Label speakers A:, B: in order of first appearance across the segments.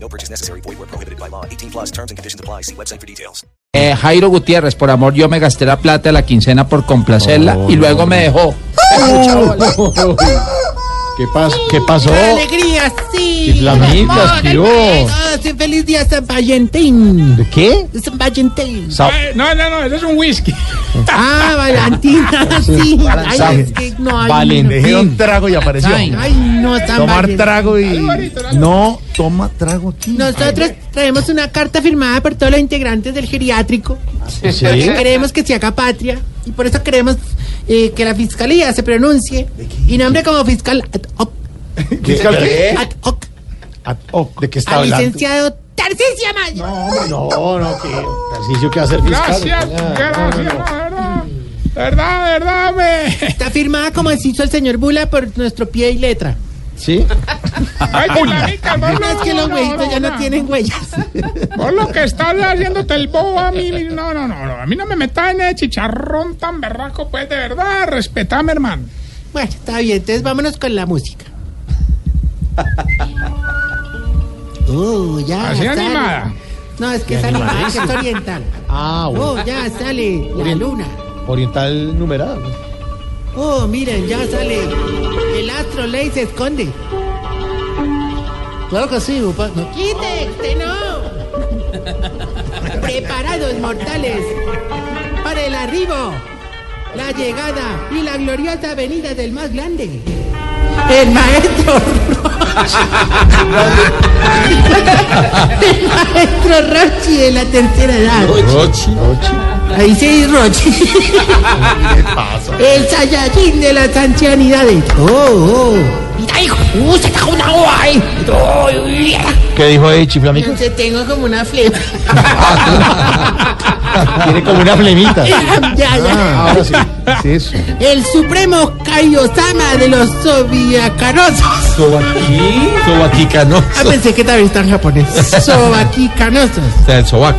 A: No purchase necessary. Void where prohibited by law. 18 plus terms and conditions apply. See website for details.
B: Eh, Jairo Gutiérrez, por amor, yo me gasté la plata de la quincena por complacerla
C: Oh,
B: y luego me dejó.
C: ¿Qué, pas ¿Qué pasó?
D: ¡Qué alegría, sí!
C: Chiflamitas,
D: Amor,
C: tío.
D: amigos, y ¡Feliz día San Valentín!
C: ¿De qué?
D: ¡San Valentín!
C: Sa-
E: Eh, No, no, no, eso es un whisky.
D: ¡Ah, Valentina! ¡Sí!
C: San-
D: ¡Ay, es que no hay!
C: Ah, Valentín. Le dieron trago y apareció.
D: ¡Ay, no, San
C: Tomar
D: Valentín!
C: trago y. No, toma trago, tío.
D: Nosotros traemos una carta firmada por todos los integrantes del geriátrico.
C: ¿Sí?
D: Porque queremos que se haga patria. Y por eso queremos eh, que la fiscalía se pronuncie. Y nombre como fiscal ad hoc.
C: ¿Fiscal qué?
D: Ad hoc.
C: Ad hoc, ¿De qué está
D: Al
C: hablando?
D: licenciado Tarcisio Mayo.
C: No, hombre, no, no, que. Tarcicio, ¿qué va a hacer fiscal?
E: Gracias,
C: Ya,
E: gracias,
C: no, no.
E: verdad. Verdad, verdad, me.
D: Está firmada como se hizo el señor Bula por nuestro pie y letra.
C: ¿Sí?
E: Ay, Pularica, vos
D: No,
E: lo-
D: es que los
E: no,
D: huejitos ya no
E: no.
D: tienen huellas.
E: Vos lo que estás haciéndote el bobo a mí. mi- No, no, no, no. A mí no me metas en ese chicharrón tan berraco, pues, de verdad. Respetame, hermano.
D: Bueno, está bien, entonces vámonos con la música. Uh, ya.
E: Así
D: sale.
E: animada.
D: No, es que esa no es que es oriental.
C: Ah, bueno.
D: Oh, ya sale la
C: Orient-
D: luna.
C: Oriental numerado. ¿no?
D: Oh, miren, ya sale. El astro ley se esconde. Claro que sí, papá. No. ¡Quite, usted no! Preparados, mortales, para el arribo, la llegada y la gloriosa venida del más grande. El maestro. el maestro Rochi de la tercera edad.
C: Rochi. Rochi.
D: Ahí sí, Rochi.
C: ¿Qué pasa?
D: El Saiyajin de las ancianidades. Oh,
F: ¡Mira, hijo! ¡Uh, se cagó una eh. ova ahí! ¡Uy, mierda!
C: ¿Qué dijo ahí, chiflamico?
D: Entonces tengo como una flema.
E: Ah.
C: Tiene como una flemita.
D: ya, ya.
C: Ah, ahora sí. Sí, eso.
D: El supremo Kaiosama de los sobiacanosos.
B: Sobaquí, sobaquicano.
D: Ah, pensé que también está en japonés. Sobaquicanosos.
B: El sobaco.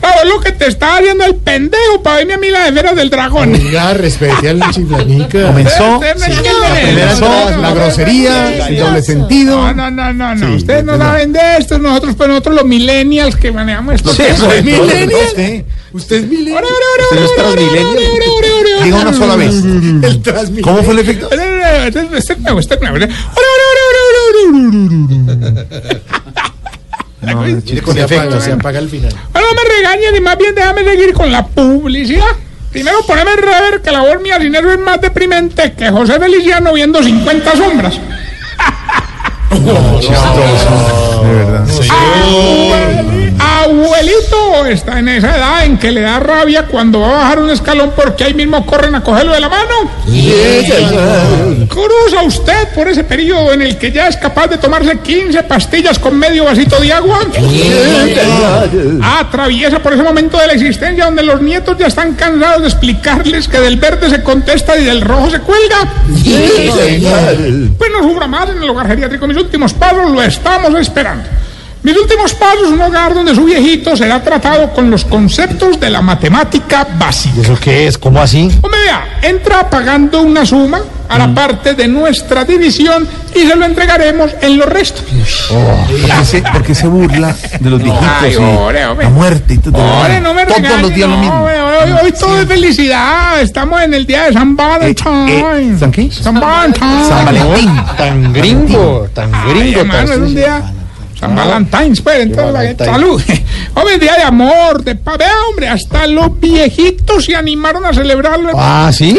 E: Claro, lo que te está haciendo el pendejo para verme a mí la de veras del dragón.
C: Oiga, respete al chiflamica. Comenzó.
E: Ustedes no
C: La
E: entienden
C: primera
E: eso,
C: todas,
E: no,
C: la
E: no,
C: grosería, el doble sentido.
E: No, no, no, no, no.
C: Sí,
E: Ustedes no
C: no.
E: saben de esto, nosotros, pues nosotros los millennials que manejamos esto.
C: Usted
F: pues,
E: Ora,
C: es
E: millennial.
C: Usted usted es millennial.
E: ora, ora,
C: Usted es
E: ora, ora,
C: transmillennial.
E: ora, ora, ora, ora.
C: Diga una sola vez. ¿Cómo fue el efecto?
E: Ora, ora, ora, ora, Este es nuevo, este es nuevo. Ora, ora, ora, ora, ora, ora, ora.
C: Mire, con efecto, se apaga al final.
E: Ahora no me regañen y más bien déjame seguir con la publicidad. Primero poneme el rever que la voz mía sin dinero es más deprimente que José Feliciano viendo 50 sombras.
C: Chistoso. De verdad.
E: Abueli- Abuelito está en esa edad en que le da rabia cuando va a bajar un escalón porque ahí mismo corren a cogerlo de la mano. Cruza usted por ese periodo en el que ya es capaz de tomarse 15 pastillas con medio vasito de agua. Atraviesa por ese momento de la existencia donde los nietos ya están cansados de explicarles que del verde se contesta y del rojo se cuelga.
F: eh.
E: Pues no sufra más en el hogar geriátrico. Mis últimos pasos lo estamos esperando. Mis últimos pasos, un hogar donde su viejito será tratado con los conceptos de la matemática básica.
C: ¿Y eso qué es? ¿Cómo así?
E: Hombre, vea, entra pagando una suma a la parte de nuestra división y se lo entregaremos en los restos.
G: ¿Por qué, se, por qué se burla de los viejitos?
E: Ay,
G: y
E: ore, hombre.
G: la muerte y todo.
E: Hombre, no me
G: Todos
E: regañes,
G: los días lo
E: no,
G: mismo.
E: hombre, hoy, hoy todo es felicidad. Estamos en el día de San Valentine.
G: eh, ¿San qué?
E: San Valentine.
G: San Valentín.
C: Tan gringo, tan
E: Ay,
C: gringo,
E: hermano, es un
C: tan.
E: día San Valentine's, pues, entonces la gente, salud. Hombre, día de amor, de pa- vea, hombre, hasta los viejitos se animaron a celebrarlo.
G: Ah.
C: Ah, ¿sí?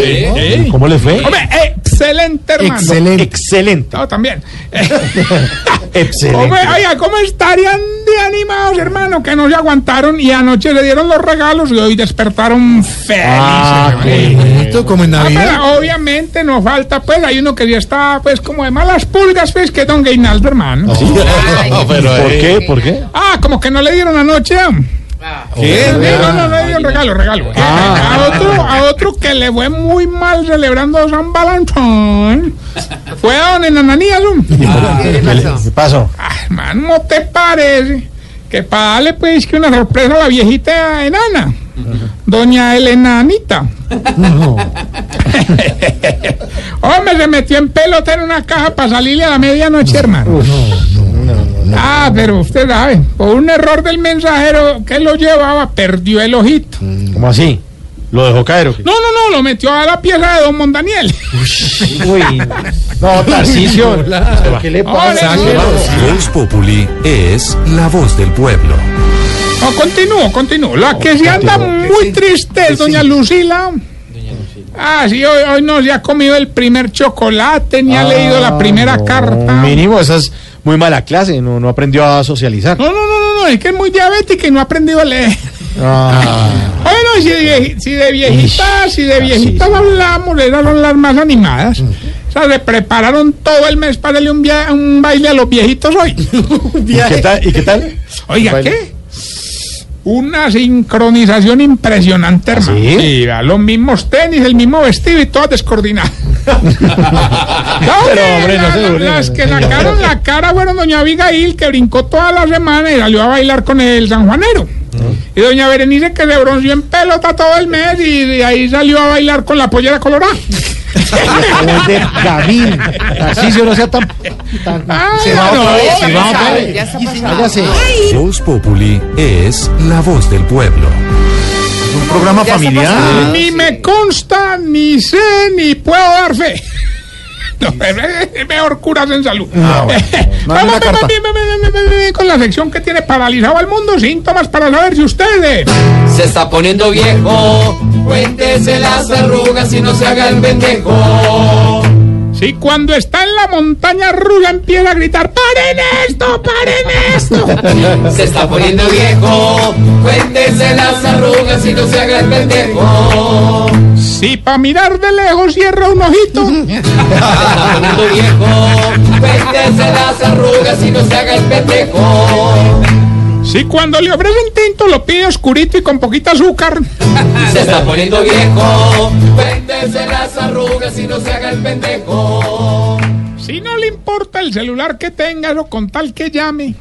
C: ¿Cómo le fue?
E: Hombre, eh, pss, Excelente, hermano.
C: Excelente.
H: Excelente.
E: No, también.
C: Excelente.
E: Hombre, oiga, ¿cómo estarían de animados, hermano? Que no se aguantaron y anoche le dieron los regalos y hoy despertaron felices.
C: Ah,
E: hermano.
C: qué bonito, como en
E: Ah,
C: Navidad.
E: pero obviamente nos falta, pues, hay uno que ya está, pues, como de malas pulgas, pues, que es Don Gainaldo, hermano.
H: ¿Por qué? ¿Por qué?
E: Ah, como que no le dieron anoche.
C: Ah. ¿Qué?
E: No, no, no, le dieron regalo, regalo.
C: Ah.
E: A, otro, a otro que le fue muy mal celebrando San Valentín fue a don Enananías. ¿no?
C: Ah, ¿Qué pasó?
E: Ah, hermano, ¿no te parece que para darle, pues, que una sorpresa a la viejita enana? Doña Elenanita.
C: No.
E: Hombre, se metió en pelota en una caja para salirle a la medianoche, hermano. Ah, pero usted sabe, por un error del mensajero que lo llevaba, perdió el ojito.
C: ¿Cómo así? ¿Lo dejó caer o qué?
E: No, no, no, lo metió a la pieza de don Mondaniel.
C: Uy. No, Tarcicio. ¿Qué le pasa?
E: pasa?
G: Voz Populi es la voz del pueblo.
E: No, continúo, continúo. La que se anda muy triste es doña Lucila. Ah, sí, hoy, hoy no se ha comido el primer chocolate, ni ha leído la primera carta.
C: Ah, Mínimo, esa es muy mala clase. No, no aprendió a socializar.
E: No, no, no, no, no, es que es muy diabética y no ha aprendido a leer.
C: Ah,
E: Bueno, si de, vieji- si de viejitas, si de viejitas hablamos, eran las más animadas. O sea, le prepararon todo el mes para darle un, via- un baile a los viejitos hoy.
C: ¿Y qué tal? ¿Y qué tal?
E: Oiga,
C: Baile.
E: ¿qué? Una sincronización impresionante, hermano.
C: ¿Ah, sí?
E: vea, los mismos tenis, el mismo vestido y todas descoordinadas.
C: Pero, hombre, no
E: la-
C: se dure.
E: Las que sacaron la cara fueron doña Abigail, que brincó toda la semana y salió a bailar con el sanjuanero.
C: Ah.
E: Y doña Berenice, que se bronceó en pelota todo el mes y de ahí salió a bailar con la pollera colorada.
C: Como el de Gavín. Tarcicio, no sea tan. tan-
E: Ay,
C: se va
E: no,
C: otra vez,
E: no,
C: se va otra vez. Váyase.
G: Voz Populi es la voz del pueblo.
H: Es un programa
C: Ah,
H: familiar.
E: Ni me consta, ni sé, ni puedo dar fe. No, es- es mejor curas en salud. Vamos
C: una carta.
E: bien, bien, bien, bien, bien, bien, con la sección que tiene paralizado al mundo. Síntomas para saber si ustedes.
F: Se está poniendo viejo. Cuéntese las arrugas y no se haga el pendejo.
E: Si cuando está en la montaña rusa empieza a gritar: ¡Paren esto! ¡Paren esto!
F: Se está poniendo viejo. Cuéntese las arrugas y no se haga el pendejo.
E: si para mirar de lejos cierra un ojito.
F: Se está poniendo viejo. Cuéntese las arrugas y no se haga el pendejo.
E: si cuando le ofrecen tinto lo pide oscurito y con poquita azúcar.
F: Se está poniendo viejo. Cuéntese las arrugas y no se haga el pendejo.
E: Si no le importa el celular que tenga, o con tal que llame.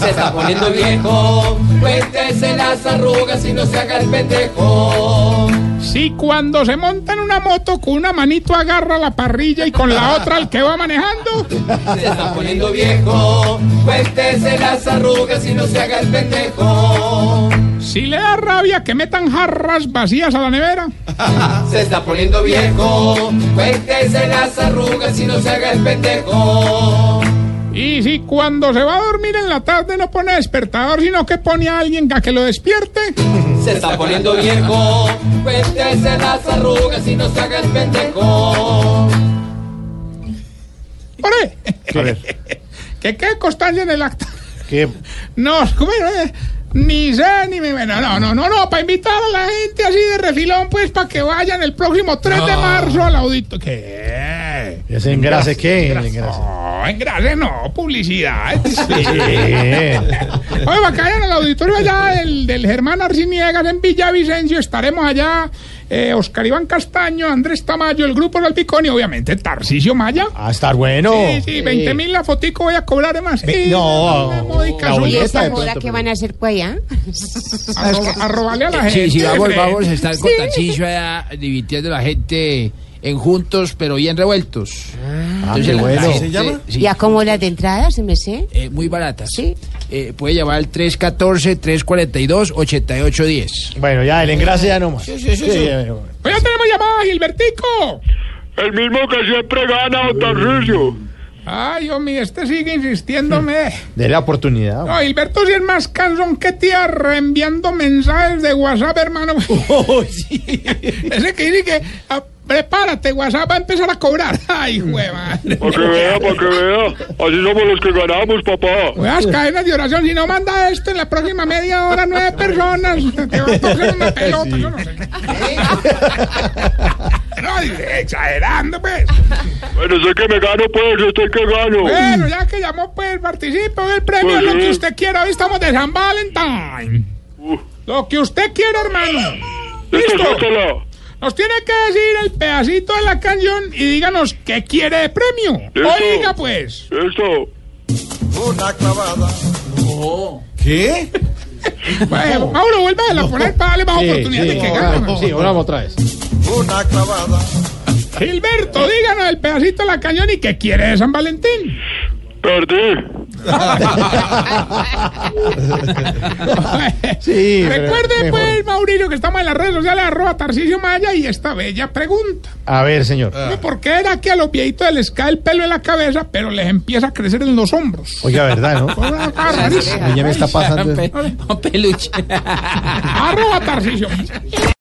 F: Se está poniendo viejo. Cuéntese las arrugas y no se haga el pendejo.
E: Si cuando se monta en una moto con una manito agarra la parrilla y con la otra al que va manejando.
F: Se está poniendo viejo. Cuéntese las arrugas y no se haga el pendejo.
E: Si le da rabia que metan jarras vacías a la nevera.
F: Se está poniendo viejo. Cuéntese las arrugas y no se haga el pendejo.
E: Y si cuando se va a dormir en la tarde no pone despertador, sino que pone a alguien a que lo despierte.
F: Se está poniendo viejo. Cuéntese las arrugas y no se haga el pendejo.
E: ¡Ore! Que quede constancia en el acta.
C: Ah, ¿Qué?
E: No, ¿cómo es? Ni sé, ni me... No, no, no, no, no, para invitar a la gente así de refilón, pues, para que vayan el próximo 3 de marzo al audito. ¿Qué?
C: ¿Ese engrase qué? El engrase.
E: No, Ah, en gracia no, publicidad.
C: Bien.
E: Oye, va a caer en el auditorio allá del, del Germán Arciniegas en Villavicencio. Estaremos allá eh, Oscar Iván Castaño, Andrés Tamayo, el grupo Salpicón y obviamente Tarcisio Maya.
C: Ah, estar bueno.
E: Sí, sí, 20 mil la fotico voy a cobrar más.
C: Ve- no, la
I: ¿Y
C: boleta.
I: esa
C: de
I: moda que
C: pronto, pero-
I: van a hacer pues allá?
E: A robarle a la gente.
B: Sí, sí, vamos,
E: hombre.
B: vamos a estar con Tarcisio allá divirtiendo a la gente en juntos, pero bien revueltos. Entonces,
C: Ah, qué
B: la- la
C: bueno.
B: gente-
C: ¿Se
B: sí,
I: ¿Y a cómo las de entrada, se me sé?
B: eh, muy baratas.
I: Sí.
B: Eh, puede llamar al 314-342-8810.
C: Bueno, ya, el engrase ya no más. Sí, sí, sí. bueno.
E: Hoy Pues ya tenemos llamada, Gilbertico.
J: El mismo que siempre gana, don Tarcisio.
E: Ay, Dios mío, este sigue insistiéndome.
C: Dele la oportunidad.
E: No, Gilberto, si es más cansón que tía reenviando mensajes de WhatsApp, hermano. Ese que dice que ah, Prepárate, WhatsApp va a empezar a cobrar. Ay, hueva.
J: Para que vea, para que vea. Así somos los que ganamos, papá.
E: Las cadenas de oración, si no manda esto en la próxima media hora, nueve personas. Te va a tocar una pelota, yo no sé. No, dice, exagerando, pues.
J: Bueno, sé que me gano, pues, yo estoy que gano.
E: Bueno, ya que llamó, pues, participe del premio,
J: Pues,
E: lo que
J: eh.
E: usted quiera. Hoy estamos de San Valentine.
J: Uh,
E: Lo que usted quiera, hermano.
J: esto,
E: Listo.
J: suéltala.
E: Nos tiene que decir el pedacito de la canción y díganos qué quiere de premio.
J: Listo.
E: Oiga, pues.
J: Esto.
H: ¿Qué?
E: Bueno, Mauro, vuelva a la poner para darle más oportunidad de que gane.
C: Sí, ahora vamos otra vez.
E: Gilberto, díganos el pedacito de la cañón y qué quiere de San Valentín.
J: Perdí.
C: Sí, pero
E: Recuerde,
C: mejor.
E: pues, Mauricio, que estamos en las redes sociales, arroba Tarcisio Maya y esta bella pregunta.
C: A ver, señor.
E: Bueno, ¿Por qué era que a los viejitos les cae el pelo en la cabeza, pero les empieza a crecer en los hombros?
C: Oiga, verdad, ¿no?
E: Una cosa
C: Ah,
E: rarísima.
C: Ya me está pasando.
B: Pe- Peluche.
E: Arroba Tarcisio Maya.